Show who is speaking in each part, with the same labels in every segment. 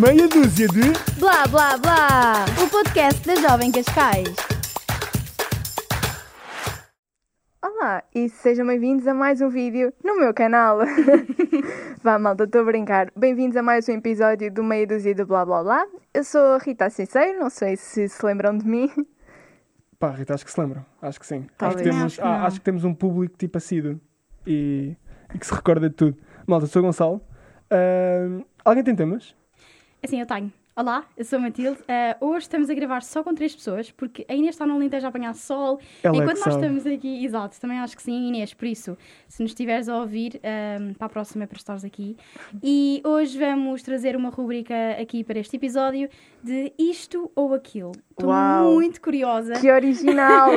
Speaker 1: Meia dúzia de.
Speaker 2: Blá Blá Blá, o podcast da Jovem Cascais.
Speaker 3: Olá Ah, e sejam bem-vindos a mais um vídeo no meu canal. Vá malta, estou a brincar. Bem-vindos a mais um episódio do Meia Dúzia do Blá Blá Blá. Eu sou a Rita Sincero, não sei se se lembram de mim.
Speaker 1: Pá, Rita, acho que se lembram. Acho que sim. Acho que,
Speaker 3: Talvez.
Speaker 1: temos, ah, acho que temos um público tipo assíduo e, e que se recorda de tudo. Malta, sou o Gonçalo. Ahm, alguém tem temas?
Speaker 4: Assim, eu tenho. Olá, eu sou a Matilde. Ah, hoje estamos a gravar só com três pessoas, porque a Inês está no Alentejo a apanhar sol.
Speaker 1: Ela é que
Speaker 4: Enquanto nós
Speaker 1: sabe.
Speaker 4: estamos aqui, exato, também acho que sim, Inês. Por isso, se nos estiveres a ouvir, ah, para a próxima é para estares aqui. E hoje vamos trazer uma rubrica aqui para este episódio de Isto ou Aquilo. Estou
Speaker 3: Uau.
Speaker 4: muito curiosa.
Speaker 3: Que original!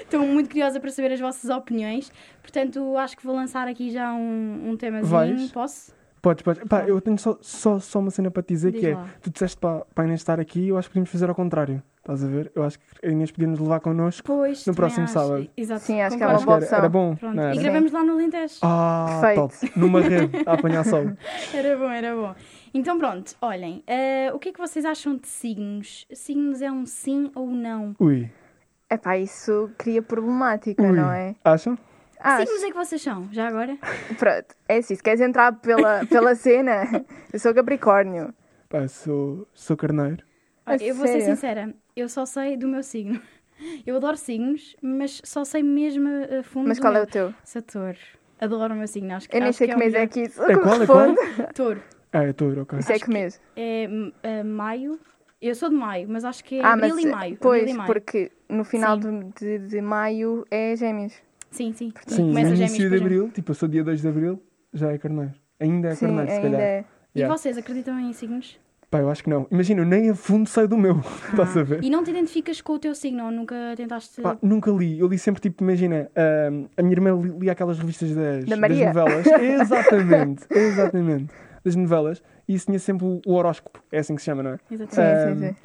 Speaker 4: Estou muito curiosa para saber as vossas opiniões. Portanto, acho que vou lançar aqui já um, um temazinho.
Speaker 1: Vais?
Speaker 4: Posso?
Speaker 1: Podes, podes. Pá, eu tenho só, só, só uma cena para te dizer
Speaker 4: Diz
Speaker 1: que
Speaker 4: lá.
Speaker 1: é: tu disseste para, para a Inês estar aqui, eu acho que podíamos fazer ao contrário. Estás a ver? Eu acho que a Inês podia nos levar connosco.
Speaker 4: Pois.
Speaker 1: No
Speaker 4: também
Speaker 1: próximo
Speaker 4: acho.
Speaker 1: sábado.
Speaker 4: Exato.
Speaker 3: Sim, acho que é uma
Speaker 4: concordo.
Speaker 1: Acho que era,
Speaker 3: opção.
Speaker 1: era bom.
Speaker 4: Pronto,
Speaker 1: não é? era?
Speaker 4: e gravamos lá no Alentejo.
Speaker 1: Ah,
Speaker 3: Perfeito.
Speaker 1: top. Numa rede, a apanhar sol.
Speaker 4: Era bom, era bom. Então pronto, olhem, eh, o que é que vocês acham de signos? Signos é um sim ou não?
Speaker 1: Ui.
Speaker 3: Epá, isso cria problemática,
Speaker 1: Ui.
Speaker 3: não é?
Speaker 1: Acham?
Speaker 3: Ah,
Speaker 4: Signos é que vocês são, já agora?
Speaker 3: pronto. É assim, se queres entrar pela, pela cena, eu sou Capricórnio.
Speaker 1: Pá, sou, sou carneiro.
Speaker 3: A
Speaker 4: Olha, eu vou ser
Speaker 3: sério?
Speaker 4: sincera, eu só sei do meu signo. Eu adoro signos, mas só sei mesmo a fundo
Speaker 3: Mas
Speaker 4: do
Speaker 3: qual é
Speaker 4: meu.
Speaker 3: o teu?
Speaker 4: Sator. Adoro o meu signo, acho que
Speaker 3: Eu nem
Speaker 4: acho
Speaker 3: sei
Speaker 4: que
Speaker 3: que
Speaker 4: é
Speaker 3: mês
Speaker 4: o
Speaker 3: é que isso
Speaker 1: É qual? É qual?
Speaker 3: corresponde.
Speaker 4: melhor. Touro.
Speaker 1: Ah, é touro, ok.
Speaker 3: Isso é que mês?
Speaker 4: É hum, eh, maio. Eu sou de maio, mas acho que é
Speaker 3: Ah, mas
Speaker 4: abril e maio.
Speaker 3: pois,
Speaker 4: abril e maio.
Speaker 3: porque no final de, de- de maio é gêmeos.
Speaker 4: Sim, sim.
Speaker 1: Sim, no
Speaker 4: Começa gêmeos,
Speaker 1: início de
Speaker 4: depois
Speaker 1: abril, tipo, eu sou dia 2 de abril, já é carneiro. Ainda é
Speaker 3: Sim,
Speaker 1: carneiro, se
Speaker 3: ainda
Speaker 1: calhar.
Speaker 3: é.
Speaker 4: E
Speaker 1: Yeah.
Speaker 4: vocês acreditam em signos?
Speaker 1: Pá, eu acho que não. Imagina, eu nem a fundo sei do meu. Estás
Speaker 3: Ah.
Speaker 1: a ver?
Speaker 4: Ah, E não te identificas com o teu signo ou nunca tentaste.
Speaker 1: Pá, nunca li. Eu li sempre, tipo, imagina, ahm, a minha irmã li- lia aquelas revistas das,
Speaker 3: Da Maria.
Speaker 1: das novelas. exatamente, exatamente. Das novelas. E isso tinha sempre o, o horóscopo. É assim que se chama, não é?
Speaker 3: Sim,
Speaker 4: Exatamente.
Speaker 1: Ahm,
Speaker 3: sim, sim.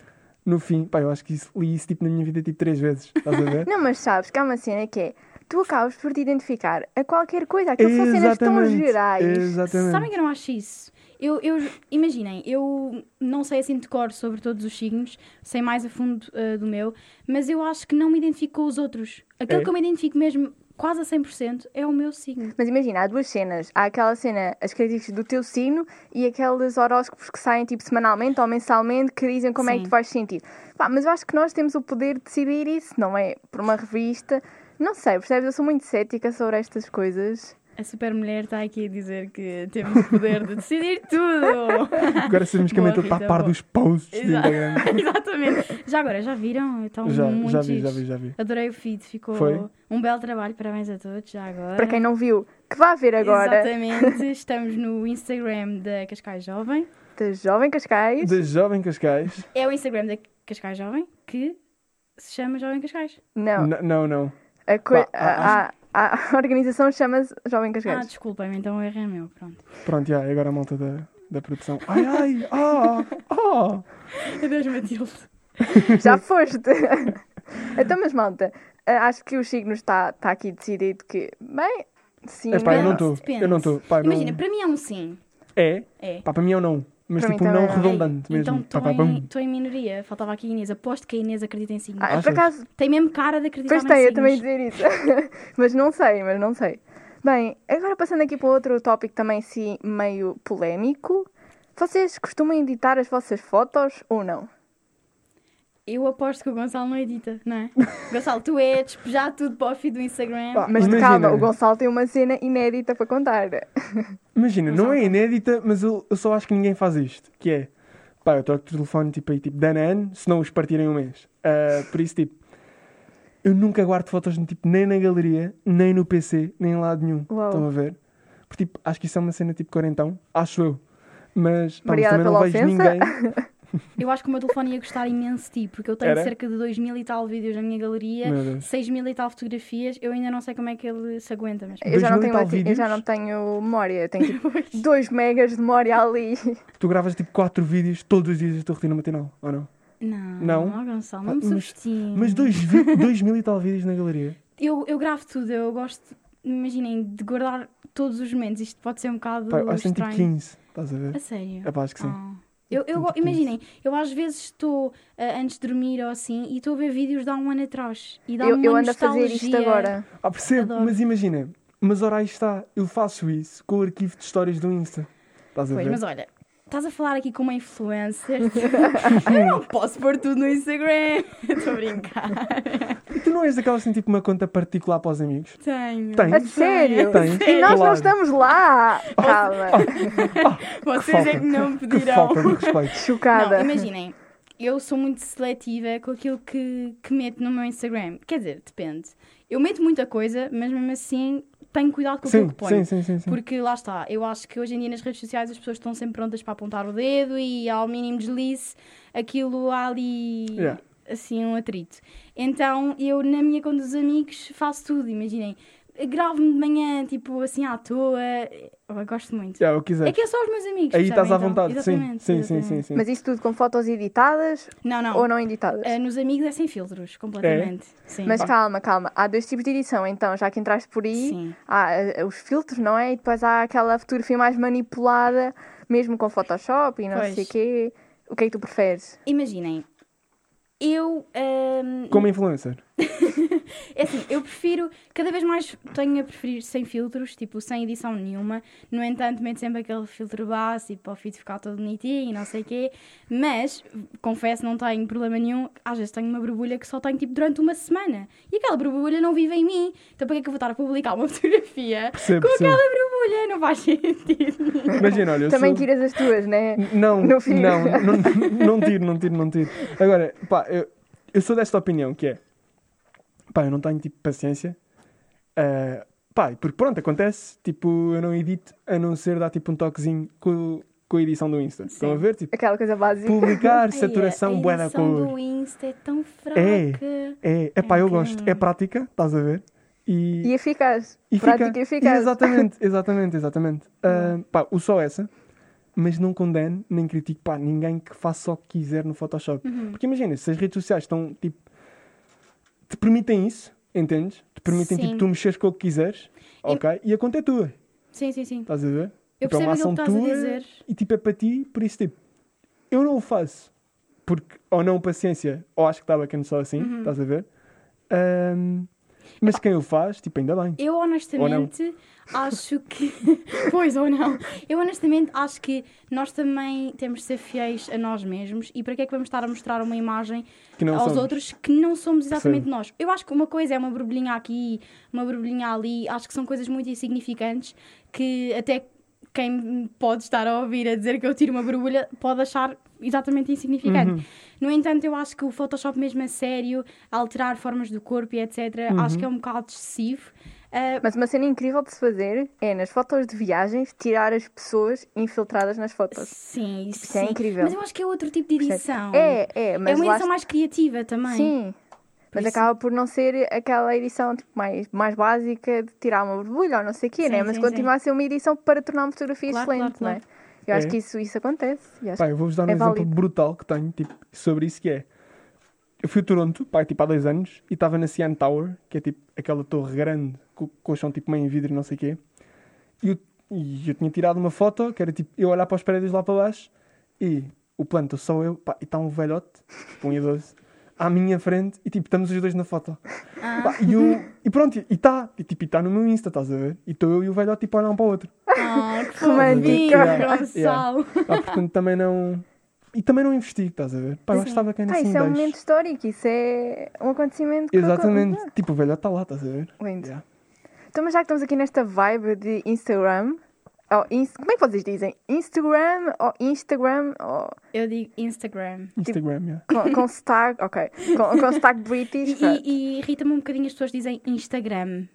Speaker 1: No fim, pá, eu acho que isso- li isso, tipo, na minha vida, tipo, três vezes. Estás a ver?
Speaker 3: Não, mas sabes que há uma cena que é tu acabas por te identificar a qualquer coisa, aquilo É são cenas tão gerais.
Speaker 1: Exatamente.
Speaker 4: Sabem que eu não acho isso? Eu, eu, imaginem, eu não sei assim de cor sobre todos os signos, sei mais a fundo ah, do meu, mas eu acho que não me identifico com os outros. Aquele
Speaker 1: É?
Speaker 4: que eu me identifico mesmo quase a 100% é o meu signo.
Speaker 3: Mas imagina, há duas cenas. Há aquela cena, as características do teu signo e aqueles horóscopos que saem tipo semanalmente ou mensalmente que dizem como é que
Speaker 4: Sim.
Speaker 3: tu vais sentir. Pá, mas eu acho que nós temos o poder de decidir isso, não é? Por uma revista. Não sei, percebes? Eu sou muito cética sobre estas coisas.
Speaker 4: A super mulher está aqui a dizer que temos o poder de decidir tudo.
Speaker 1: Agora sabemos que a
Speaker 4: Boa,
Speaker 1: Matilde está a
Speaker 4: Rita,
Speaker 1: par
Speaker 4: boa.
Speaker 1: dos posts de
Speaker 4: Exa-
Speaker 1: Instagram.
Speaker 4: Exatamente. Já agora, já viram? Estão
Speaker 1: Já,
Speaker 4: muito
Speaker 1: já vi,
Speaker 4: giros.
Speaker 1: já vi, já vi.
Speaker 4: Adorei o feed, ficou
Speaker 1: Foi?
Speaker 4: um belo trabalho, parabéns a todos, já agora.
Speaker 3: Para quem não viu, que vá
Speaker 1: é
Speaker 3: ver agora
Speaker 4: Exatamente, estamos no Instagram da Cascais Jovem.
Speaker 3: da Jovem Cascais.
Speaker 1: Da Jovem Cascais.
Speaker 4: É o Instagram da Cascais Jovem que se chama Jovem Cascais.
Speaker 3: Não,
Speaker 1: N- Não, não.
Speaker 3: a, coi-
Speaker 1: Pá, ah,
Speaker 3: a- a- a organização chama-se Jovem
Speaker 4: Ah,
Speaker 3: Cascais.
Speaker 4: desculpem-me, então o erro é meu, pronto.
Speaker 1: Pronto, já, agora a malta da, da produção. Ai, ai, ah, ah.
Speaker 4: Adeus, Matilde.
Speaker 3: Já foste. então, mas malta, ah, acho que o signo está está aqui decidido que, bem, sim,
Speaker 1: É pá, eu não
Speaker 4: Depende,
Speaker 1: estou.
Speaker 4: depende.
Speaker 1: Eu não estou. Pá, eu Ah, não-
Speaker 4: Imagina, para mim é um sim.
Speaker 1: É?
Speaker 4: É.
Speaker 1: Pá, para mim é um não. Mas
Speaker 3: Para mim
Speaker 1: tipo, um não
Speaker 3: também não.
Speaker 1: redundante
Speaker 4: Ei,
Speaker 1: mesmo. Pá,
Speaker 4: Então
Speaker 1: pá, bum.
Speaker 4: estou em, minoria. Faltava aqui a Inês. Aposto que a Inês acredita em signos.
Speaker 3: Ah, por
Speaker 1: Achas?
Speaker 3: acaso,
Speaker 4: Tem mesmo cara de acreditar
Speaker 3: pois
Speaker 4: em
Speaker 3: tem, eu
Speaker 4: signos.
Speaker 3: também ia dizer isso. mas não sei, mas não sei. Bem, agora passando aqui para outro tópico também, sim, meio polémico. Vocês costumam editar as vossas fotos ou não?
Speaker 4: Eu aposto que o Gonçalo não edita, não é? Gonçalo, tu é despejar tudo para o feed do Instagram.
Speaker 1: Pá,
Speaker 3: Mas
Speaker 1: Imagina.
Speaker 3: calma, o Gonçalo tem uma cena inédita para contar.
Speaker 1: Imagina,
Speaker 4: Mas
Speaker 1: não
Speaker 4: há
Speaker 1: é
Speaker 4: um-
Speaker 1: inédita, mas eu, eu só acho que ninguém faz isto. Que é, pá, eu troco de telefone tipo aí, tipo, dano a ano, se não os partirem um mês. Ah, por isso, tipo, eu nunca guardo fotos tipo, nem na galeria, nem no PC, nem em lado nenhum.
Speaker 3: Uau.
Speaker 1: Estão a ver? Porque, tipo, acho que isso é uma cena tipo quarentão, acho eu. Mas, pá, mas
Speaker 3: Obrigada
Speaker 1: também não
Speaker 3: pela
Speaker 1: vejo
Speaker 3: ofensa.
Speaker 1: ninguém.
Speaker 4: Eu acho que o meu telefone ia gostar imenso de ti, porque eu tenho
Speaker 1: Era?
Speaker 4: cerca de 2 mil e tal vídeos na minha galeria,
Speaker 1: Meu Deus.
Speaker 4: 6 mil e tal fotografias. Eu ainda não sei como é que ele se aguenta, mas.
Speaker 3: Eu
Speaker 1: Dois mil
Speaker 3: já, não
Speaker 1: e
Speaker 3: tenho,
Speaker 1: tal
Speaker 3: lati- eu já
Speaker 1: vídeos?
Speaker 3: não tenho memória, eu tenho tipo 2 megas de memória ali.
Speaker 1: Tu gravas tipo 4 vídeos todos os dias da tua rotina matinal, ou não?
Speaker 4: Não,
Speaker 1: Não?
Speaker 4: não, Gonçalo, não me
Speaker 1: Pá, mas-
Speaker 4: subestime.
Speaker 1: Mas 2 mil e tal vídeos na galeria.
Speaker 4: Eu, eu gravo tudo, eu gosto, imaginem, de guardar todos os momentos. Isto pode ser um bocado.
Speaker 1: Pá, eu acho que tem tipo
Speaker 4: estranho. Assim.
Speaker 1: 15, estás a ver?
Speaker 4: A sério.
Speaker 1: É pá, acho que sim.
Speaker 4: Ah. Eu, eu- imaginem, eu às vezes estou ah, antes de dormir ou assim e estou a ver vídeos de há um ano atrás e dá
Speaker 3: Eu,
Speaker 4: uma
Speaker 3: eu ando a fazer isto
Speaker 4: nostalgia.
Speaker 3: agora.
Speaker 1: Ah, percebo,
Speaker 4: Adoro.
Speaker 1: mas imagina. Mas ora aí está, eu faço isso com o arquivo de histórias do Insta. Estás a
Speaker 4: Pois,
Speaker 1: ver?
Speaker 4: mas olha, estás a falar aqui com uma influencer. eu não posso pôr tudo no Instagram. Estou a brincar.
Speaker 1: E tu não és daquelas que têm tipo uma conta particular para os amigos?
Speaker 4: Tenho.
Speaker 1: Tens.
Speaker 3: A sério?
Speaker 1: Tens.
Speaker 3: E nós não
Speaker 1: Claro. Oh.
Speaker 3: estamos lá! Calma,
Speaker 4: Vocês
Speaker 1: Que
Speaker 4: é
Speaker 1: falta-
Speaker 4: que não me
Speaker 1: Que
Speaker 4: pedirão.
Speaker 1: falta de respeito.
Speaker 3: chocada.
Speaker 4: Não, imaginem, eu sou muito seletiva com aquilo que, que meto no meu Instagram. Quer dizer, depende. Eu meto muita coisa, mas mesmo assim tenho cuidado com aquilo
Speaker 1: Sim,
Speaker 4: que ponho.
Speaker 1: sim, sim, sim. sim.
Speaker 4: Porque lá está, eu acho que hoje em dia nas redes sociais as pessoas estão sempre prontas para apontar o dedo e ao mínimo deslize aquilo há ali
Speaker 1: Yeah.
Speaker 4: assim um atrito. Então eu na minha conta dos amigos faço tudo, imaginem. Gravo-me de manhã, tipo assim à toa. Eu gosto muito.
Speaker 1: Já, eu quiser.
Speaker 4: É que é só os meus amigos.
Speaker 1: Aí estás
Speaker 4: percebem,
Speaker 1: à
Speaker 4: então?
Speaker 1: vontade, sim.
Speaker 4: Exatamente,
Speaker 1: Sim, sim,
Speaker 4: exatamente.
Speaker 1: sim, sim.
Speaker 3: Mas isso tudo com fotos editadas
Speaker 4: Não, não.
Speaker 3: ou não editadas?
Speaker 4: Eh, nos amigos é sem filtros, completamente. Sim.
Speaker 3: Mas calma, calma. Há dois tipos de edição, então, já que entraste por aí,
Speaker 4: Sim.
Speaker 3: há eh, os filtros, não é? E depois há aquela fotografia mais manipulada, mesmo com Photoshop e não
Speaker 4: Pois.
Speaker 3: sei o quê. O que é que tu preferes?
Speaker 4: Imaginem, eu. ehm,
Speaker 1: Como influencer.
Speaker 4: É assim, eu prefiro, cada vez mais tenho a preferir sem filtros, tipo, sem edição nenhuma. No entanto, meto sempre aquele filtro base, tipo, para o feed ficar todo bonitinho e não sei o quê. Mas, confesso, não tenho problema nenhum. Às vezes tenho uma borbulha que só tenho, tipo, durante uma semana. E aquela borbulha não vive em mim. Então, para que é que eu vou estar a publicar uma fotografia
Speaker 1: Percebo,
Speaker 4: com
Speaker 1: percebo.
Speaker 4: aquela borbulha? Não faz sentido. nenhum.
Speaker 1: Imagina, olha, eu
Speaker 3: Também
Speaker 1: sou...
Speaker 3: tiras as tuas, né?
Speaker 1: Não, não,
Speaker 3: No fim.
Speaker 1: não, não tiro, não tiro, não tiro. Agora, pá, eu, eu sou desta opinião, que é... Pá, eu não tenho, tipo, paciência. Ah, pá, e porque pronto, acontece. Tipo, eu não edito, a não ser dar, tipo, um toquezinho com, com a edição do Insta. Estão a ver? Tipo,
Speaker 3: Aquela coisa básica.
Speaker 1: publicar,
Speaker 4: Ai, é, a
Speaker 1: saturação, bué da
Speaker 4: edição
Speaker 1: cor.
Speaker 4: do Insta é tão fraca.
Speaker 1: É. É, é pá, eu
Speaker 4: Incrível.
Speaker 1: gosto. É prática, estás a ver? E,
Speaker 3: E eficaz.
Speaker 1: E fica-
Speaker 3: Prática e eficaz.
Speaker 1: Exatamente, exatamente, exatamente.
Speaker 4: é?
Speaker 1: Ah, pá, o só essa, mas não condeno nem critico pá, ninguém que faça o que quiser no Photoshop.
Speaker 4: Uhum.
Speaker 1: Porque imagina, se as redes sociais estão tipo. te permitem isso, entendes? Te permitem
Speaker 4: Sim.
Speaker 1: tipo, tu mexeres com o que quiseres, ok? E a conta é tua,
Speaker 4: Sim, sim, sim.
Speaker 1: estás a ver?
Speaker 4: Eu
Speaker 1: Tipo, é
Speaker 4: percebo
Speaker 1: uma
Speaker 4: aquilo
Speaker 1: ação
Speaker 4: que estás a
Speaker 1: tua
Speaker 4: dizer.
Speaker 1: e tipo é para ti, por isso tipo, eu não o faço porque ou não paciência, ou acho que está bacana só assim,
Speaker 4: Uhum.
Speaker 1: estás a ver? Ahm, mas quem o faz, tipo, ainda bem.
Speaker 4: Eu honestamente acho que. pois ou não. Eu honestamente acho que nós também temos de ser fiéis a nós mesmos e para que é que vamos estar a mostrar uma imagem
Speaker 1: Que não
Speaker 4: aos
Speaker 1: somos.
Speaker 4: outros que não somos exatamente
Speaker 1: Percebo.
Speaker 4: nós? Eu acho que uma coisa é uma borbulhinha aqui, uma borbulhinha ali, acho que são coisas muito insignificantes que até quem me pode estar a ouvir a dizer que eu tiro uma borbulha pode achar exatamente insignificante.
Speaker 1: Uhum.
Speaker 4: No entanto, eu acho que o Photoshop mesmo a sério, alterar formas do corpo e etc.,
Speaker 1: Uhum.
Speaker 4: acho que é um bocado excessivo. Ah,
Speaker 3: Mas uma cena incrível de se fazer é nas fotos de viagens tirar as pessoas infiltradas nas fotos.
Speaker 4: Sim, isso
Speaker 3: Isso é
Speaker 4: sim.
Speaker 3: incrível.
Speaker 4: Mas eu acho que é outro tipo de edição.
Speaker 3: É, é,
Speaker 4: É
Speaker 3: mas
Speaker 4: uma
Speaker 3: lá
Speaker 4: edição mais criativa também.
Speaker 3: Sim. Mas
Speaker 4: isso-
Speaker 3: acaba por não ser aquela edição tipo, mais, mais básica de tirar uma borbulha ou não sei o quê,
Speaker 4: Sim,
Speaker 3: né? Mas
Speaker 4: sim,
Speaker 3: continua a ser uma edição para tornar uma fotografia
Speaker 4: Claro,
Speaker 3: excelente,
Speaker 4: claro,
Speaker 3: não é? Eu acho
Speaker 1: É.
Speaker 3: que isso, isso acontece. E acho
Speaker 1: Pá, eu vou-vos dar um
Speaker 3: é
Speaker 1: exemplo
Speaker 3: válido.
Speaker 1: brutal que tenho tipo, sobre isso que é. Eu fui a Toronto, pá, tipo há dois anos, e estava na CN Tower, que é tipo aquela torre grande, co- com o chão tipo meio em vidro e não sei o quê. E eu, e eu tinha tirado uma foto, que era tipo eu olhar para os prédios lá para baixo, e o plano estou só eu, pá, e está um velhote, tipo um idoso, à minha frente, e tipo estamos os dois na foto.
Speaker 3: Ah.
Speaker 1: Pá, e, eu- e pronto, e está, e tipo está no meu Insta, estás a ver? E estou eu e o velhote tipo a olhar um para o outro.
Speaker 4: Ah, que
Speaker 3: Romântica.
Speaker 4: fofinho, Gonçalo.
Speaker 1: Pá, portanto, também não. E também não investi, estás a ver? Pá, eu acho que estava
Speaker 3: que-
Speaker 1: bacana
Speaker 3: Pá,
Speaker 1: assim.
Speaker 3: isso é um
Speaker 1: deixo.
Speaker 3: momento histórico, isso é um acontecimento que
Speaker 1: Exatamente.
Speaker 3: acon-
Speaker 1: Tipo, o velhote está lá, estás a ver?
Speaker 3: Ah, Lindo.
Speaker 1: Yeah.
Speaker 3: Então, mas já que estamos aqui nesta vibe de Instagram, ou ins- como é que vocês dizem? Instagram ou Instagram ou
Speaker 4: Eu digo Instagram.
Speaker 1: Instagram, yeah.
Speaker 3: com, com sotaque, ok, com, com sotaque
Speaker 4: E,
Speaker 3: british, pronto.
Speaker 4: e- e irrita-me um bocadinho as pessoas dizem Instagram.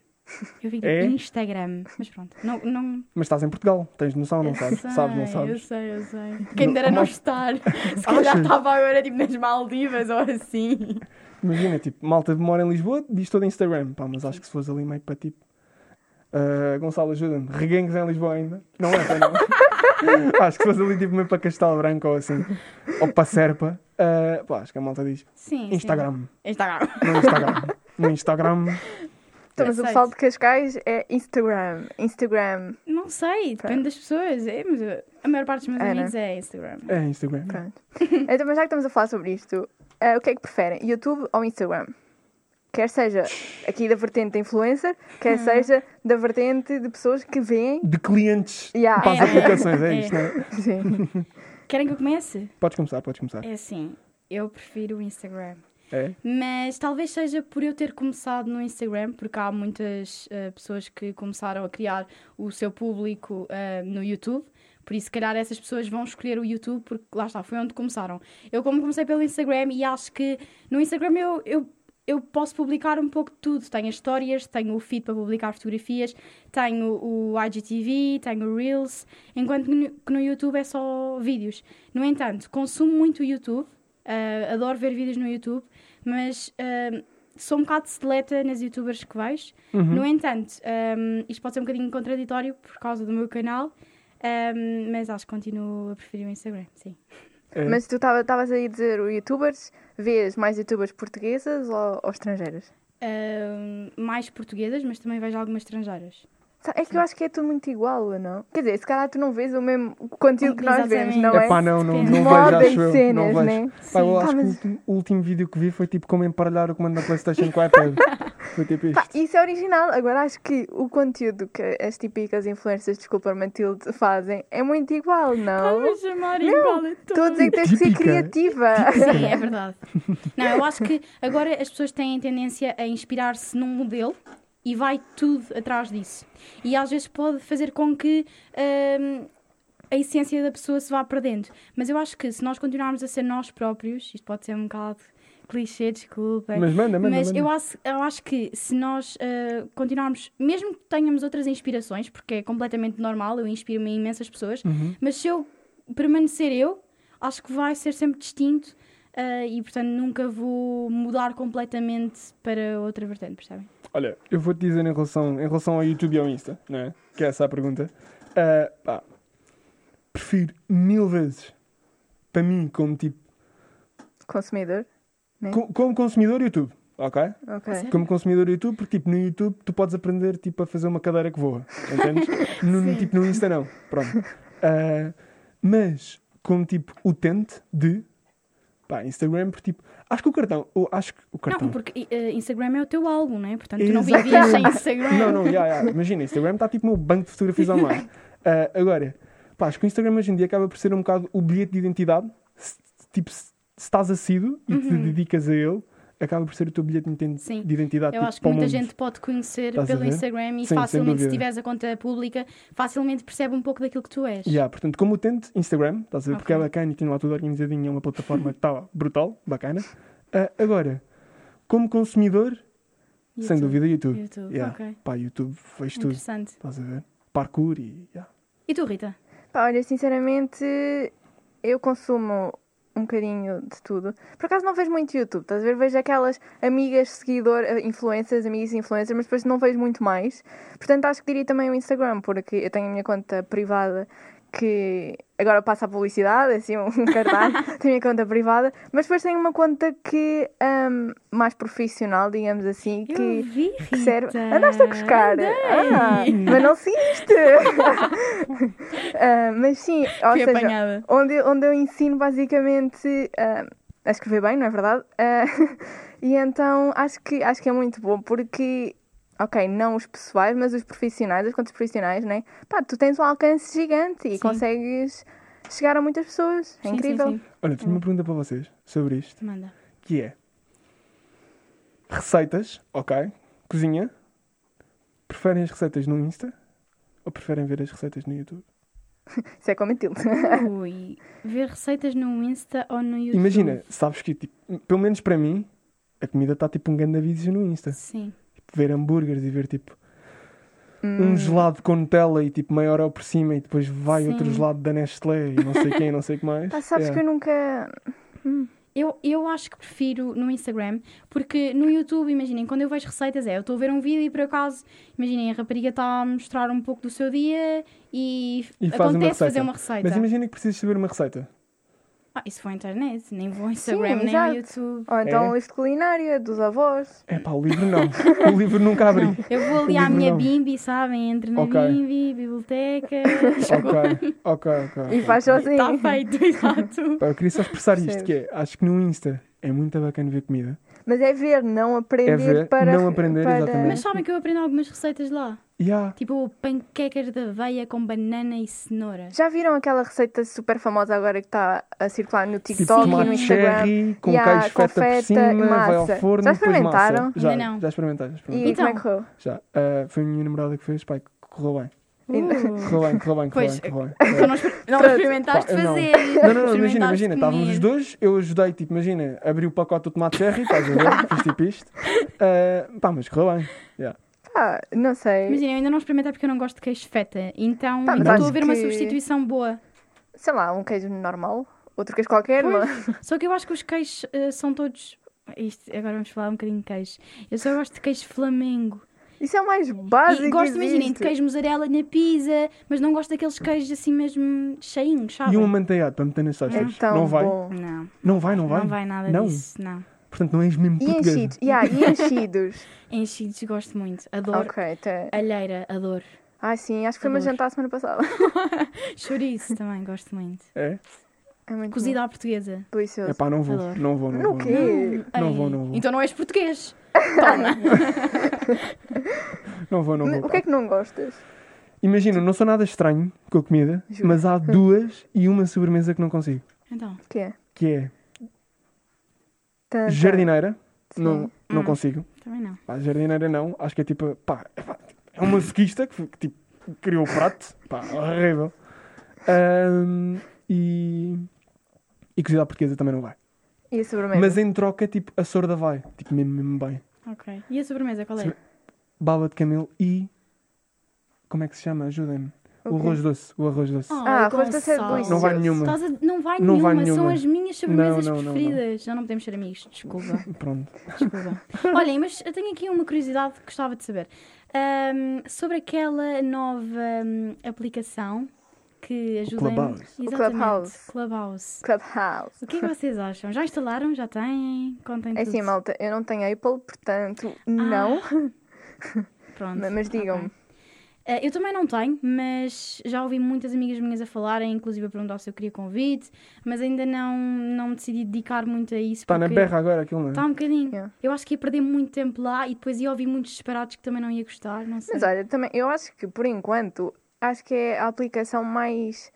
Speaker 4: Eu digo
Speaker 1: É?
Speaker 4: Instagram. Mas pronto, não. não...
Speaker 1: Mas estás em Portugal, tens noção, não
Speaker 4: eu
Speaker 1: sabes?
Speaker 4: sei,
Speaker 1: Sabes, não
Speaker 4: Eu
Speaker 1: sabes?
Speaker 4: sei, eu sei. Quem me dera não
Speaker 1: mas-
Speaker 4: estar. Se calhar
Speaker 1: Achas?
Speaker 4: estava agora tipo nas Maldivas ou assim.
Speaker 1: Imagina, tipo, malta mora em Lisboa, diz todo Instagram. Pá, mas acho que se fores ali meio para tipo. ah, Gonçalo, ajuda-me. Reguengues em Lisboa ainda? Não é, pá, não. acho que se fores ali tipo meio para Castelo Branco ou assim. Ou para Serpa. ah, pá, acho que a malta diz.
Speaker 4: Sim. sim.
Speaker 1: Instagram.
Speaker 4: Instagram.
Speaker 1: No Instagram. No Instagram.
Speaker 3: Então, mas o pessoal de Cascais é Instagram, Instagram.
Speaker 4: Não Não sei,
Speaker 1: Tá.
Speaker 4: depende das pessoas. É, mas uh, a maior parte dos meus
Speaker 3: Ana.
Speaker 4: amigos é Instagram.
Speaker 1: É Instagram.
Speaker 3: Pronto. Então, mas já que estamos a falar sobre isto, eh, o que é que preferem? YouTube ou Instagram? Quer seja aqui da vertente de influencer, quer seja da vertente de pessoas que veem.
Speaker 1: De clientes
Speaker 3: Yeah.
Speaker 1: para as
Speaker 4: É.
Speaker 1: aplicações, é
Speaker 4: É.
Speaker 1: isto, não é?
Speaker 3: Sim.
Speaker 4: Querem que eu comece?
Speaker 1: Podes começar, podes começar.
Speaker 4: É assim, eu prefiro o Instagram.
Speaker 1: É?
Speaker 4: Mas talvez seja por eu ter começado no Instagram, porque há muitas eh, pessoas que começaram a criar o seu público eh, no YouTube. Por isso, se calhar, essas pessoas vão escolher o YouTube, porque lá está, foi onde começaram. Eu, como comecei pelo Instagram, e acho que no Instagram eu, eu, eu posso publicar um pouco de tudo. Tenho as histórias, tenho o feed para publicar fotografias, tenho o IGTV, tenho o Reels, enquanto que no- que no YouTube é só vídeos. No entanto, consumo muito o YouTube, ah, adoro ver vídeos no YouTube, mas ah, sou um bocado seleta nas youtubers que vejo. No entanto, ah, isto pode ser um bocadinho contraditório por causa do meu canal, ah, mas acho que continuo a preferir o Instagram, sim.
Speaker 1: É.
Speaker 3: Mas tu estavas aí a dizer o youtubers, vês mais youtubers portuguesas ou, ou estrangeiras?
Speaker 4: Ah, mais portuguesas, mas também vejo algumas estrangeiras.
Speaker 3: Sa- É que
Speaker 1: Hum.
Speaker 3: eu acho que é tudo muito igual, ou não? Quer dizer, se calhar tu não vês o mesmo conteúdo que nós vemos,
Speaker 4: Exatamente.
Speaker 3: não é?
Speaker 1: É pá, não, não, não
Speaker 4: Depende.
Speaker 1: vejo,
Speaker 3: Moda e
Speaker 1: acho eu. não
Speaker 3: cenas,
Speaker 1: vejo.
Speaker 3: né?
Speaker 1: Pá, eu
Speaker 3: Sim.
Speaker 1: acho
Speaker 3: Ah,
Speaker 1: que o
Speaker 3: mas-
Speaker 1: último, o último vídeo que vi foi tipo como emparelhar o comando da Playstation com o iPad. Foi tipo isto.
Speaker 3: Pá, isso é original. Agora acho que o conteúdo que as típicas influencers, desculpa, Matilde, fazem é muito igual, não?
Speaker 4: Vamos chamar
Speaker 3: Estou a dizer que tens que ser
Speaker 1: Típica.
Speaker 3: criativa.
Speaker 4: Sim, é verdade. Não, eu acho que agora as pessoas têm tendência a inspirar-se num modelo e vai tudo atrás disso. E às vezes pode fazer com que hum, a essência da pessoa se vá perdendo. Mas eu acho que se nós continuarmos a ser nós próprios, isto pode ser um bocado clichê, desculpem.
Speaker 1: Mas manda, manda,
Speaker 4: Mas
Speaker 1: manda.
Speaker 4: Eu, acho, eu acho que se nós ah, continuarmos, mesmo que tenhamos outras inspirações, porque é completamente normal, eu inspiro-me em imensas pessoas,
Speaker 1: Uhum.
Speaker 4: mas se eu permanecer eu, acho que vai ser sempre distinto ah, e, portanto, nunca vou mudar completamente para outra vertente, percebem?
Speaker 1: Olha, eu vou-te dizer em relação, em relação ao YouTube e ao Insta, não é? Que é essa a pergunta. Ah, pá, prefiro mil vezes, para mim, como tipo,
Speaker 3: Consumidor?
Speaker 1: co- como consumidor YouTube, ok?
Speaker 3: Ok.
Speaker 1: Como consumidor YouTube, porque tipo, no YouTube tu podes aprender tipo, a fazer uma cadeira que voa, entendes? no, no- tipo, no Insta não, pronto. Ah, mas, como tipo, utente de, pá, Instagram, porque tipo, acho que o cartão, eu acho que o cartão...
Speaker 4: Não, porque ah, Instagram é o teu álbum, não é? Portanto, tu não vivias sem
Speaker 1: Exatamente.
Speaker 4: Instagram.
Speaker 1: Não, não, já, já. imagina, Instagram está tipo o meu banco de fotografias online. Ah, agora, pá, acho que o Instagram hoje em dia acaba por ser um bocado o bilhete de identidade. Se, tipo, se, se estás assíduo e te dedicas a ele, acaba por ser o teu bilhete de, ident-
Speaker 4: Uhum. Sim.
Speaker 1: de identidade.
Speaker 4: Eu
Speaker 1: tipo,
Speaker 4: acho que
Speaker 1: para o
Speaker 4: muita
Speaker 1: mundo.
Speaker 4: gente pode conhecer
Speaker 1: Estás a
Speaker 4: pelo
Speaker 1: ver?
Speaker 4: Instagram e
Speaker 1: Sim, sem
Speaker 4: facilmente, se
Speaker 1: dúvida.
Speaker 4: tiveres a conta pública, facilmente percebe um pouco daquilo que tu és.
Speaker 1: Yeah, portanto, como utente, Instagram, estás a ver? Porque é
Speaker 4: Ok.
Speaker 1: bacana e tem lá tudo organizadinho, é uma plataforma que está brutal, bacana. Ah, agora, como consumidor, sem
Speaker 4: YouTube.
Speaker 1: dúvida, YouTube.
Speaker 4: YouTube,
Speaker 1: Yeah.
Speaker 4: ok.
Speaker 1: Pá, YouTube fez tudo,
Speaker 4: é Interessante.
Speaker 1: estás a ver? Parkour e. Yeah.
Speaker 4: E tu, Rita?
Speaker 3: Pá, olha, sinceramente, eu consumo um bocadinho de tudo. Por acaso não vejo muito YouTube, estás a ver? Vejo aquelas amigas seguidor, eh, influencers, amigas influencers, mas depois não vejo muito mais. Portanto, acho que diria também o Instagram, porque eu tenho a minha conta privada que agora passa a publicidade, assim, um cartaz, tenho a minha conta privada, mas depois tenho uma conta que ahm, mais profissional, digamos assim, que
Speaker 4: Eu vi, Rita.
Speaker 3: que serve. Andaste a buscar. Ah, mas não seguiste. Ah, mas sim, ou
Speaker 4: Fui
Speaker 3: seja,
Speaker 4: apanhada.
Speaker 3: onde, eu- onde eu ensino basicamente ah, a escrever bem, não é verdade? Ah, e então acho que, acho que é muito bom porque. Ok, não os pessoais, mas os profissionais, as contas profissionais, né? Pá, tu tens um alcance gigante e
Speaker 4: Sim.
Speaker 3: consegues chegar a muitas pessoas. É
Speaker 4: Sim, sim,
Speaker 3: incrível.
Speaker 4: sim.
Speaker 1: Olha, tenho uma pergunta para vocês sobre isto.
Speaker 4: Manda.
Speaker 1: que é receitas, ok? Cozinha. Preferem as receitas no Insta ou preferem ver as receitas no YouTube?
Speaker 3: Isso é com a Matilde.
Speaker 4: Ui, ver receitas no Insta ou no YouTube?
Speaker 1: Imagina, sabes que, tipo, pelo menos para mim, a comida está tipo um grande vídeo no Insta.
Speaker 4: Sim.
Speaker 1: Tipo, ver hambúrgueres e ver tipo
Speaker 3: Hum.
Speaker 1: um gelado com Nutella e tipo meia hora por cima e depois vai outro
Speaker 4: Sim.
Speaker 1: gelado da Nestlé e não sei quem, não sei o que mais.
Speaker 3: Pá, Ah, sabes
Speaker 1: É.
Speaker 3: que eu nunca.
Speaker 4: Eu, eu acho que prefiro no Instagram, porque no YouTube, imaginem, quando eu vejo receitas, é, eu estou a ver um vídeo e por acaso, imaginem, a rapariga está a mostrar um pouco do seu dia e,
Speaker 1: E faz uma
Speaker 4: acontece
Speaker 1: receita.
Speaker 4: fazer uma receita.
Speaker 1: Mas imagina que precisas saber uma receita.
Speaker 4: Ah, isso foi a internet, nem vou ao Instagram, nem
Speaker 3: exato.
Speaker 4: ao YouTube.
Speaker 3: Ou então
Speaker 1: É?
Speaker 3: um livro de culinária dos avós.
Speaker 1: É pá, o livro não. o livro nunca abri.
Speaker 4: Eu vou ali à
Speaker 1: Livro
Speaker 4: minha
Speaker 1: não. é
Speaker 4: bimbi, sabem? Entro na
Speaker 1: Ok.
Speaker 4: bimbi, biblioteca.
Speaker 1: Ok, ok, ok.
Speaker 3: E faz sozinho.
Speaker 4: Está feito, exato.
Speaker 1: Pá, eu queria só expressar isto, que é, acho que no Insta é muito bacana ver comida.
Speaker 3: Mas é ver, não aprender
Speaker 1: É ver,
Speaker 3: para.
Speaker 1: não aprender,
Speaker 3: para...
Speaker 1: exatamente.
Speaker 4: Mas sabem que eu aprendo algumas receitas lá.
Speaker 1: E há,
Speaker 4: Tipo panquecas de aveia com banana e cenoura.
Speaker 3: Já viram aquela receita super famosa agora que está a circular no
Speaker 1: tipo
Speaker 3: TikTok e no
Speaker 1: tomate
Speaker 3: Instagram?
Speaker 1: cherry, com
Speaker 3: Yeah,
Speaker 1: queijo feta por
Speaker 3: confeta,
Speaker 1: cima, vai ao forno
Speaker 3: massa. Já
Speaker 1: e depois massa.
Speaker 3: experimentaram?
Speaker 1: Já,
Speaker 4: Ainda não.
Speaker 1: já experimentaram, já experimentaram.
Speaker 3: E
Speaker 4: Então.
Speaker 3: como é que correu?
Speaker 1: Já. Ah, foi a minha namorada que fez, pá, correu bem.
Speaker 4: Uh.
Speaker 1: Correu bem, correu bem, correu
Speaker 4: Pois,
Speaker 1: bem, correu bem.
Speaker 4: Tu não, exper- não experimentaste
Speaker 1: Pá, eu não. Não,
Speaker 4: fazer.
Speaker 1: não, não, imagina,
Speaker 4: experimentaste
Speaker 1: imagina, estávamos
Speaker 4: comer.
Speaker 1: os dois, eu ajudei, tipo, imagina, abri o pacote do tomate cherry, estás a ver, fiz tipo isto, Ah, pá, mas correu
Speaker 4: Tá
Speaker 1: bem, yeah.
Speaker 3: Ah, não sei.
Speaker 4: Imagina, eu ainda não experimentei porque eu não gosto de queijo feta. Então
Speaker 3: Pá, mas
Speaker 4: ainda
Speaker 3: acho
Speaker 4: estou a ver uma
Speaker 3: que-
Speaker 4: substituição boa.
Speaker 3: Sei lá, um queijo normal, outro queijo qualquer,
Speaker 4: Pois.
Speaker 3: mas.
Speaker 4: Só que eu acho que os queijos eh, são todos. Isto, agora vamos falar um bocadinho de queijo. Eu só gosto de queijo flamengo.
Speaker 3: Isso é o mais
Speaker 4: E
Speaker 3: básico.
Speaker 4: gosto,
Speaker 3: que
Speaker 4: imaginem, de
Speaker 3: existe.
Speaker 4: queijo mussarela na pizza, mas não gosto daqueles queijos assim mesmo cheinhos, sabe?
Speaker 1: E um amanteigado para meter nas salsas,
Speaker 3: É tão
Speaker 1: não vai,
Speaker 3: bom.
Speaker 4: Não,
Speaker 1: não vai, não vai,
Speaker 4: não vai nada
Speaker 1: Não.
Speaker 4: disso, não.
Speaker 1: portanto não és mesmo
Speaker 3: E
Speaker 1: portuguesa.
Speaker 3: enchidos. Yeah, e enchidos.
Speaker 4: Enchidos gosto muito, adoro.
Speaker 3: ok, até.
Speaker 4: Alheira, adoro.
Speaker 3: Ah, sim, acho que foi uma
Speaker 4: Adoro.
Speaker 3: jantar a semana passada.
Speaker 4: Chouriço também gosto muito.
Speaker 1: É?
Speaker 3: É muito
Speaker 4: Cozida à portuguesa.
Speaker 3: bom. delicioso.
Speaker 1: É pá, não vou,
Speaker 4: Adoro.
Speaker 1: não vou, não
Speaker 3: No
Speaker 1: vou.
Speaker 3: quê?
Speaker 1: Não
Speaker 4: Ei,
Speaker 1: vou, não vou.
Speaker 4: Então não és português.
Speaker 1: Não vou, não
Speaker 3: Mas
Speaker 1: vou.
Speaker 3: o que é que não gostas?
Speaker 1: Imagina, não sou nada estranho com a comida,
Speaker 3: Juro.
Speaker 1: mas há duas e uma sobremesa que não consigo,
Speaker 4: Então,
Speaker 3: O que é?
Speaker 1: que é
Speaker 3: Tanta-
Speaker 1: jardineira,
Speaker 3: Então. Sim.
Speaker 1: não, não
Speaker 4: Hum.
Speaker 1: consigo.
Speaker 4: também não.
Speaker 1: Pá, jardineira não, acho que é tipo, pá, é, pá, é uma sequista que, que, tipo, criou o prato, pá, horrível. Ahm, e, e cozida à portuguesa também não vai.
Speaker 3: E a sobremesa?
Speaker 1: Mas em troca, tipo, a sorda vai, tipo, mesmo, mesmo bem.
Speaker 4: Ok. E a sobremesa qual é?
Speaker 1: Sobre- Bala de camelo e, como é que se chama? Ajudem-me. O
Speaker 3: quê?
Speaker 1: arroz doce, o arroz doce.
Speaker 3: Ah, arroz doce é
Speaker 4: Oh, Gonçalo.
Speaker 3: delicioso.
Speaker 1: Não vai nenhuma.
Speaker 4: Estás a- Não vai
Speaker 1: Não vai
Speaker 4: nenhuma, são
Speaker 1: nenhuma.
Speaker 4: as minhas sobremesas
Speaker 1: Não, não, não, não.
Speaker 4: preferidas. Já não podemos ser amigos, desculpa.
Speaker 1: Pronto.
Speaker 4: desculpa. Olhem, mas eu tenho aqui uma curiosidade que gostava de saber. Ahm, sobre aquela nova hum, aplicação que ajuda em-
Speaker 1: Clubhouse.
Speaker 4: Exatamente,
Speaker 3: Clubhouse.
Speaker 4: Clubhouse.
Speaker 3: Clubhouse.
Speaker 4: O que é que vocês acham? Já instalaram? Já têm? Contem
Speaker 3: É
Speaker 4: tudo.
Speaker 3: assim, malta, eu não tenho Apple, portanto, não.
Speaker 4: Ah, Pronto.
Speaker 3: Mas, mas digam-me.
Speaker 4: Eh, Eu também não tenho, mas já ouvi muitas amigas minhas a falarem, inclusive a perguntar se eu queria convite, mas ainda não, não me decidi dedicar muito a isso.
Speaker 1: Está Tá na
Speaker 4: porque
Speaker 1: berra agora aquilo, não é?
Speaker 4: Está um bocadinho.
Speaker 3: Yeah.
Speaker 4: Eu acho que ia perder muito tempo lá e depois ia ouvir muitos disparados que também não ia gostar, não sei.
Speaker 3: Mas olha, também, eu acho que por enquanto, acho que é a aplicação mais.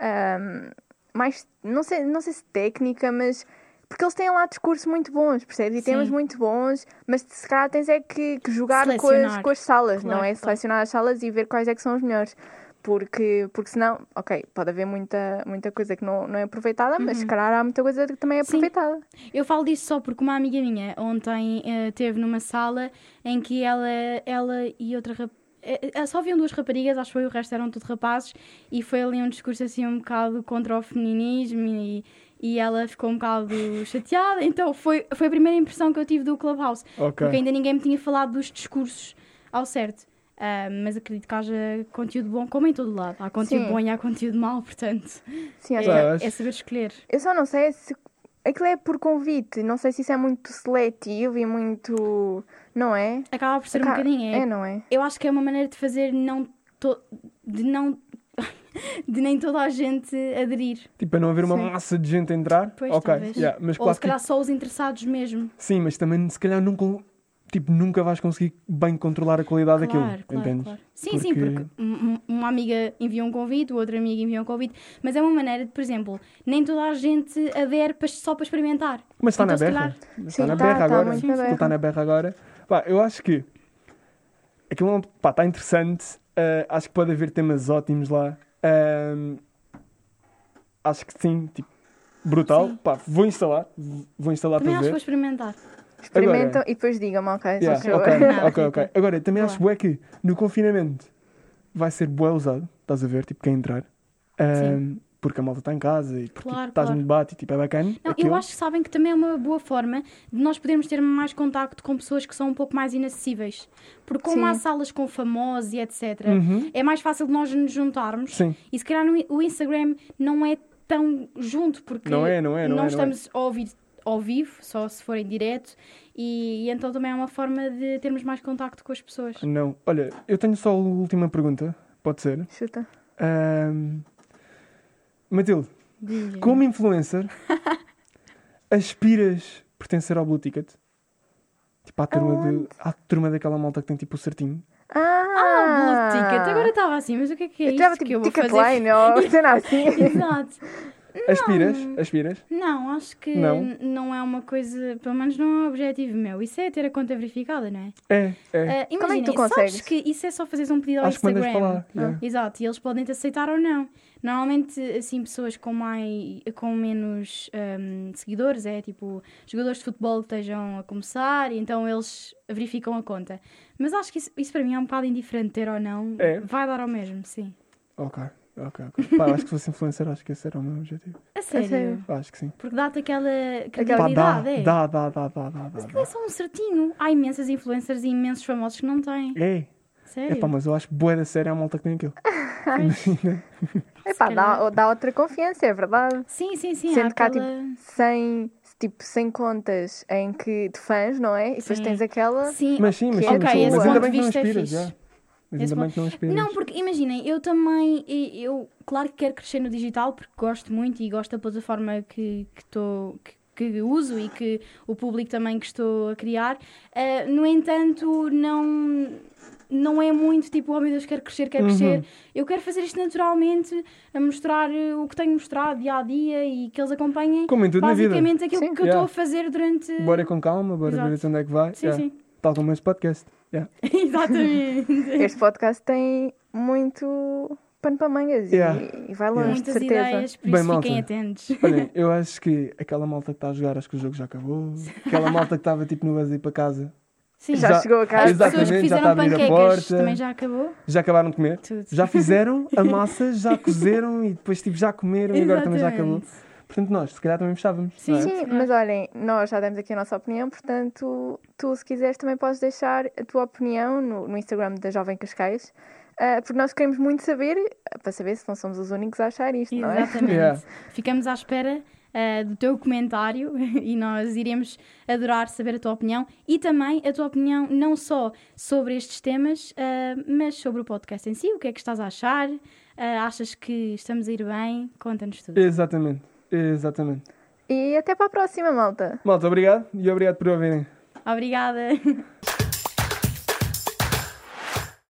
Speaker 3: ahm, mais não, sei, não sei se técnica, mas. Porque eles têm lá discursos muito bons, percebes? E
Speaker 4: Sim.
Speaker 3: temas muito bons, mas se calhar tens é que, que jogar com as,
Speaker 4: Selecionar.
Speaker 3: com as salas,
Speaker 4: Claro,
Speaker 3: não é?
Speaker 4: claro.
Speaker 3: Selecionar as salas e ver quais é que são os melhores. Porque, porque senão, ok, pode haver muita, muita coisa que não, não é aproveitada, mas se calhar há muita coisa que também é
Speaker 4: Uhum. Sim.
Speaker 3: aproveitada.
Speaker 4: Eu falo disso só porque uma amiga minha ontem eh, teve numa sala em que ela, ela e outra rap- eh, eh, só haviam duas raparigas, acho que o resto eram tudo rapazes, e foi ali um discurso assim um bocado contra o feminismo e, e ela ficou um bocado chateada. Então foi, foi a primeira impressão que eu tive do Clubhouse,
Speaker 1: Ok.
Speaker 4: porque ainda ninguém me tinha falado dos discursos ao certo. Ah, mas acredito que haja conteúdo bom, como em todo lado. Há conteúdo
Speaker 3: Sim.
Speaker 4: bom e há conteúdo mau, portanto.
Speaker 3: Sim, acho que
Speaker 1: Claro.
Speaker 4: É,
Speaker 1: Pois.
Speaker 4: é saber escolher.
Speaker 3: Eu só não sei se. Aquilo é por convite, não sei se isso é muito seletivo e muito. Não é?
Speaker 4: Acaba por ser um
Speaker 3: Acaba-
Speaker 4: bocadinho. é-
Speaker 3: É, não é?
Speaker 4: eu acho que é uma maneira de fazer não to- de não de nem toda a gente aderir.
Speaker 1: Tipo, a não haver uma
Speaker 3: Sim.
Speaker 1: massa de gente a entrar.
Speaker 4: Pois,
Speaker 1: ok.
Speaker 4: talvez.
Speaker 1: yeah, Mas
Speaker 4: Ou
Speaker 1: claro
Speaker 4: se
Speaker 1: que, tipo,
Speaker 4: calhar só os interessados mesmo.
Speaker 1: sim, mas também se calhar nunca, tipo, nunca vais conseguir bem controlar a qualidade
Speaker 4: Claro,
Speaker 1: daquilo.
Speaker 4: claro,
Speaker 1: entendes?
Speaker 4: claro. Sim, sim,
Speaker 1: Porque-
Speaker 4: porque um- um- uma amiga enviou um convite, outra amiga enviou um convite, mas é uma maneira de, por exemplo, nem toda a gente adere pa- só para experimentar.
Speaker 1: Mas está
Speaker 4: Então,
Speaker 1: na
Speaker 4: se
Speaker 1: berra.
Speaker 4: calhar-
Speaker 1: Mas
Speaker 3: Sim,
Speaker 1: Está na
Speaker 3: tá-
Speaker 1: berra
Speaker 3: tá
Speaker 1: agora.
Speaker 3: muito
Speaker 1: Sim,
Speaker 3: na
Speaker 1: aquilo
Speaker 3: berra.
Speaker 1: está na berra agora. Pá, eu acho que aquilo é um- pá, está interessante. ah, acho que pode haver temas ótimos lá. Ahm, acho que sim, tipo, brutal.
Speaker 4: Sim.
Speaker 1: Pá, vou instalar. Vou instalar
Speaker 4: Também
Speaker 1: para
Speaker 4: acho que vou
Speaker 1: ver.
Speaker 4: experimentar.
Speaker 3: Experimentam e depois digam-me, ok?
Speaker 1: Yeah,
Speaker 3: só que eu-
Speaker 1: ok,
Speaker 4: É Não,
Speaker 1: ok, ok. Agora, também
Speaker 4: Boa.
Speaker 1: acho bué que no confinamento vai ser bué usado, estás a ver, tipo, quem entrar. Ahm, porque a malta está em casa e porque
Speaker 4: Claro,
Speaker 1: tipo, estás
Speaker 4: claro.
Speaker 1: no debate e tipo, é bacana.
Speaker 4: Não, eu
Speaker 1: aquilo.
Speaker 4: acho que sabem que também é uma boa forma de nós podermos ter mais contacto com pessoas que são um pouco mais inacessíveis. Porque como
Speaker 3: Sim.
Speaker 4: há salas com famosos e etc.,
Speaker 1: Uhum.
Speaker 4: é mais fácil de nós nos juntarmos.
Speaker 1: Sim.
Speaker 4: E se calhar no, i- o Instagram não é tão junto, porque
Speaker 1: Não é, não é, não é, não é.
Speaker 4: estamos a ouvir ao vivo, só se for em direto, e, e então também é uma forma de termos mais contacto com as pessoas.
Speaker 1: Não. Olha, eu tenho só a última pergunta, pode ser.
Speaker 3: Chuta.
Speaker 1: Ahm, Matilde, como influencer, aspiras pertencer ao Blue Ticket? Tipo, à turma, de, à turma daquela malta que tem tipo o certinho.
Speaker 4: Ah,
Speaker 3: Ah,
Speaker 4: Blue Ticket, agora estava assim, mas o que é que é
Speaker 3: Eu
Speaker 4: isto
Speaker 3: estava
Speaker 4: que eu
Speaker 3: tipo
Speaker 4: vou
Speaker 3: ticket
Speaker 4: fazer?
Speaker 3: line ou cena assim.
Speaker 4: Exato.
Speaker 1: Aspiras? Aspiras?
Speaker 4: Não, acho que
Speaker 1: Não?
Speaker 4: n- não é uma coisa, pelo menos não é um objetivo meu. Isso é ter a conta verificada, não é?
Speaker 1: É, é.
Speaker 4: Ah, imagina,
Speaker 3: Como é que tu
Speaker 4: sabes
Speaker 3: consegues?
Speaker 4: que isso é só fazeres um pedido ao
Speaker 1: Acho que mandas
Speaker 4: Instagram.
Speaker 1: para lá. yeah.
Speaker 4: Exato, e eles podem te aceitar ou não. Normalmente, assim, pessoas com, mais, com menos hum, seguidores, é tipo jogadores de futebol que estejam a começar, e então eles verificam a conta. Mas acho que isso, isso para mim é um bocado indiferente, ter ou não.
Speaker 1: É?
Speaker 4: Vai dar ao mesmo, sim.
Speaker 1: Ok, ok, ok. Pá, acho que se fosse influencer, acho que esse era o meu objetivo.
Speaker 4: A sério.
Speaker 3: É sério?
Speaker 1: Acho que sim.
Speaker 4: Porque dá-te aquela
Speaker 1: Pá,
Speaker 4: credibilidade,
Speaker 1: dá,
Speaker 4: é?
Speaker 1: dá, dá, dá, dá, dá, dá,
Speaker 4: Não é
Speaker 1: dá.
Speaker 4: só um certinho. Há imensas influencers e imensos famosos que não têm.
Speaker 1: É,
Speaker 4: Sério?
Speaker 1: é pá, mas eu acho boa da série a malta que tem aquilo.
Speaker 3: Epá, dá, dá outra confiança, é verdade.
Speaker 4: Sim, sim, sim. Há
Speaker 3: Sendo que há,
Speaker 4: aquela...
Speaker 3: Sem, tipo, sem contas em que de fãs, não é? E depois
Speaker 4: Sim.
Speaker 3: tens aquela.
Speaker 4: Sim,
Speaker 1: Mas sim, mas,
Speaker 3: que
Speaker 1: sim,
Speaker 3: é
Speaker 1: mas, sim,
Speaker 3: boa.
Speaker 1: mas
Speaker 3: Ok, esse
Speaker 1: ainda
Speaker 3: ponto
Speaker 1: bem
Speaker 4: de
Speaker 1: que não
Speaker 4: vista é
Speaker 1: aspiras,
Speaker 4: fixe.
Speaker 1: já. Mas ainda
Speaker 4: Esse
Speaker 1: bem que não aspiras.
Speaker 4: Não, porque imaginem, eu também, e- eu claro que quero crescer no digital porque gosto muito e gosto da plataforma que que estou que, que uso e que o público também que estou a criar. Ah, no entanto, não não é muito tipo, oh meu Deus, quero crescer, quero
Speaker 1: Uhum.
Speaker 4: crescer. Eu quero fazer isto naturalmente, a mostrar eh, o que tenho mostrado dia a dia e que eles acompanhem
Speaker 1: Como em tudo na vida.
Speaker 4: basicamente aquilo
Speaker 3: Sim.
Speaker 4: que eu estou
Speaker 1: Yeah.
Speaker 4: a fazer durante.
Speaker 1: Bora com calma, bora
Speaker 4: Exato.
Speaker 1: ver até onde é que vai.
Speaker 4: Sim,
Speaker 1: já.
Speaker 4: sim.
Speaker 1: Tal como este podcast. já.
Speaker 4: Exatamente.
Speaker 3: Este podcast tem muito pano para mangas e-
Speaker 1: Yeah.
Speaker 3: e, vai longe, de
Speaker 4: Muitas
Speaker 3: certeza.
Speaker 4: ideias, por
Speaker 1: Bem,
Speaker 4: isso
Speaker 1: malta.
Speaker 4: fiquem atentos.
Speaker 1: Olhem, eu acho que aquela malta que está a jogar, acho que o jogo já acabou. Aquela malta que estava tipo no vazio para casa,
Speaker 4: Sim.
Speaker 3: Já,
Speaker 1: Já-
Speaker 3: chegou a
Speaker 4: As
Speaker 3: casa.
Speaker 1: Exatamente,
Speaker 4: pessoas que
Speaker 1: já
Speaker 4: fizeram
Speaker 1: está a abrir a
Speaker 4: panquecas
Speaker 1: porta.
Speaker 4: também já acabou?
Speaker 1: já acabaram de comer,
Speaker 4: Tudo.
Speaker 1: já fizeram a massa, já cozeram e depois tipo já comeram e agora também já acabou.
Speaker 4: Exatamente.
Speaker 1: Portanto, nós, se calhar também fechávamos.
Speaker 4: Sim,
Speaker 1: não é?
Speaker 3: Sim, mas olhem, nós já demos aqui a nossa opinião, portanto, tu, se quiseres, também podes deixar a tua opinião no, no Instagram da Jovem Cascais, ah, porque nós queremos muito saber, ah, para saber se não somos os únicos a achar isto, não é?
Speaker 4: Exatamente.
Speaker 1: Yeah.
Speaker 4: Ficamos à espera ah, do teu comentário e nós iremos adorar saber a tua opinião e também a tua opinião não só sobre estes temas, ah, mas sobre o podcast em si. O que é que estás a achar? Ah, achas que estamos a ir bem? Conta-nos tudo.
Speaker 1: Exatamente, exatamente.
Speaker 3: E até para a próxima, malta!
Speaker 1: Malta, obrigado e obrigado por ouvirem.
Speaker 4: Obrigada.